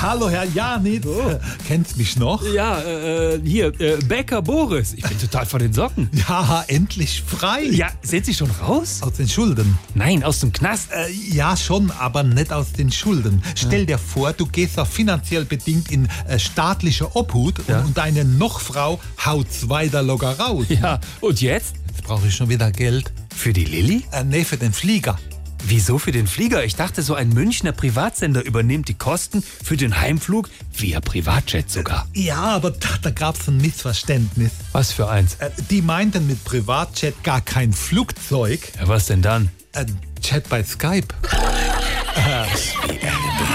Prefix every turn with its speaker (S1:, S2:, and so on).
S1: Hallo Herr Janitz. Kennt mich noch?
S2: Ja, äh, hier, äh, Bäcker Boris. Ich bin total von den Socken.
S1: Ja, endlich frei.
S2: Ja, sind Sie schon raus?
S1: Aus den Schulden.
S2: Nein, aus dem Knast.
S1: Äh, ja, schon, aber nicht aus den Schulden. Stell dir vor, du gehst da finanziell bedingt in äh, staatliche Obhut
S2: Ja.
S1: und, und deine Nochfrau haut's weiter locker raus.
S2: Ja, und jetzt?
S1: Jetzt brauche ich schon wieder Geld.
S2: Für die Lilly?
S1: Äh, nee, für den Flieger.
S2: Wieso für den Flieger? Ich dachte, so ein Münchner Privatsender übernimmt die Kosten für den Heimflug via Privatjet sogar.
S1: Ja, aber da, da gab's ein Missverständnis.
S2: Was für eins?
S1: Äh, die meinten mit Privatjet gar kein Flugzeug.
S2: Ja, was denn dann?
S1: Äh, Chat bei Skype.
S2: SWR 3.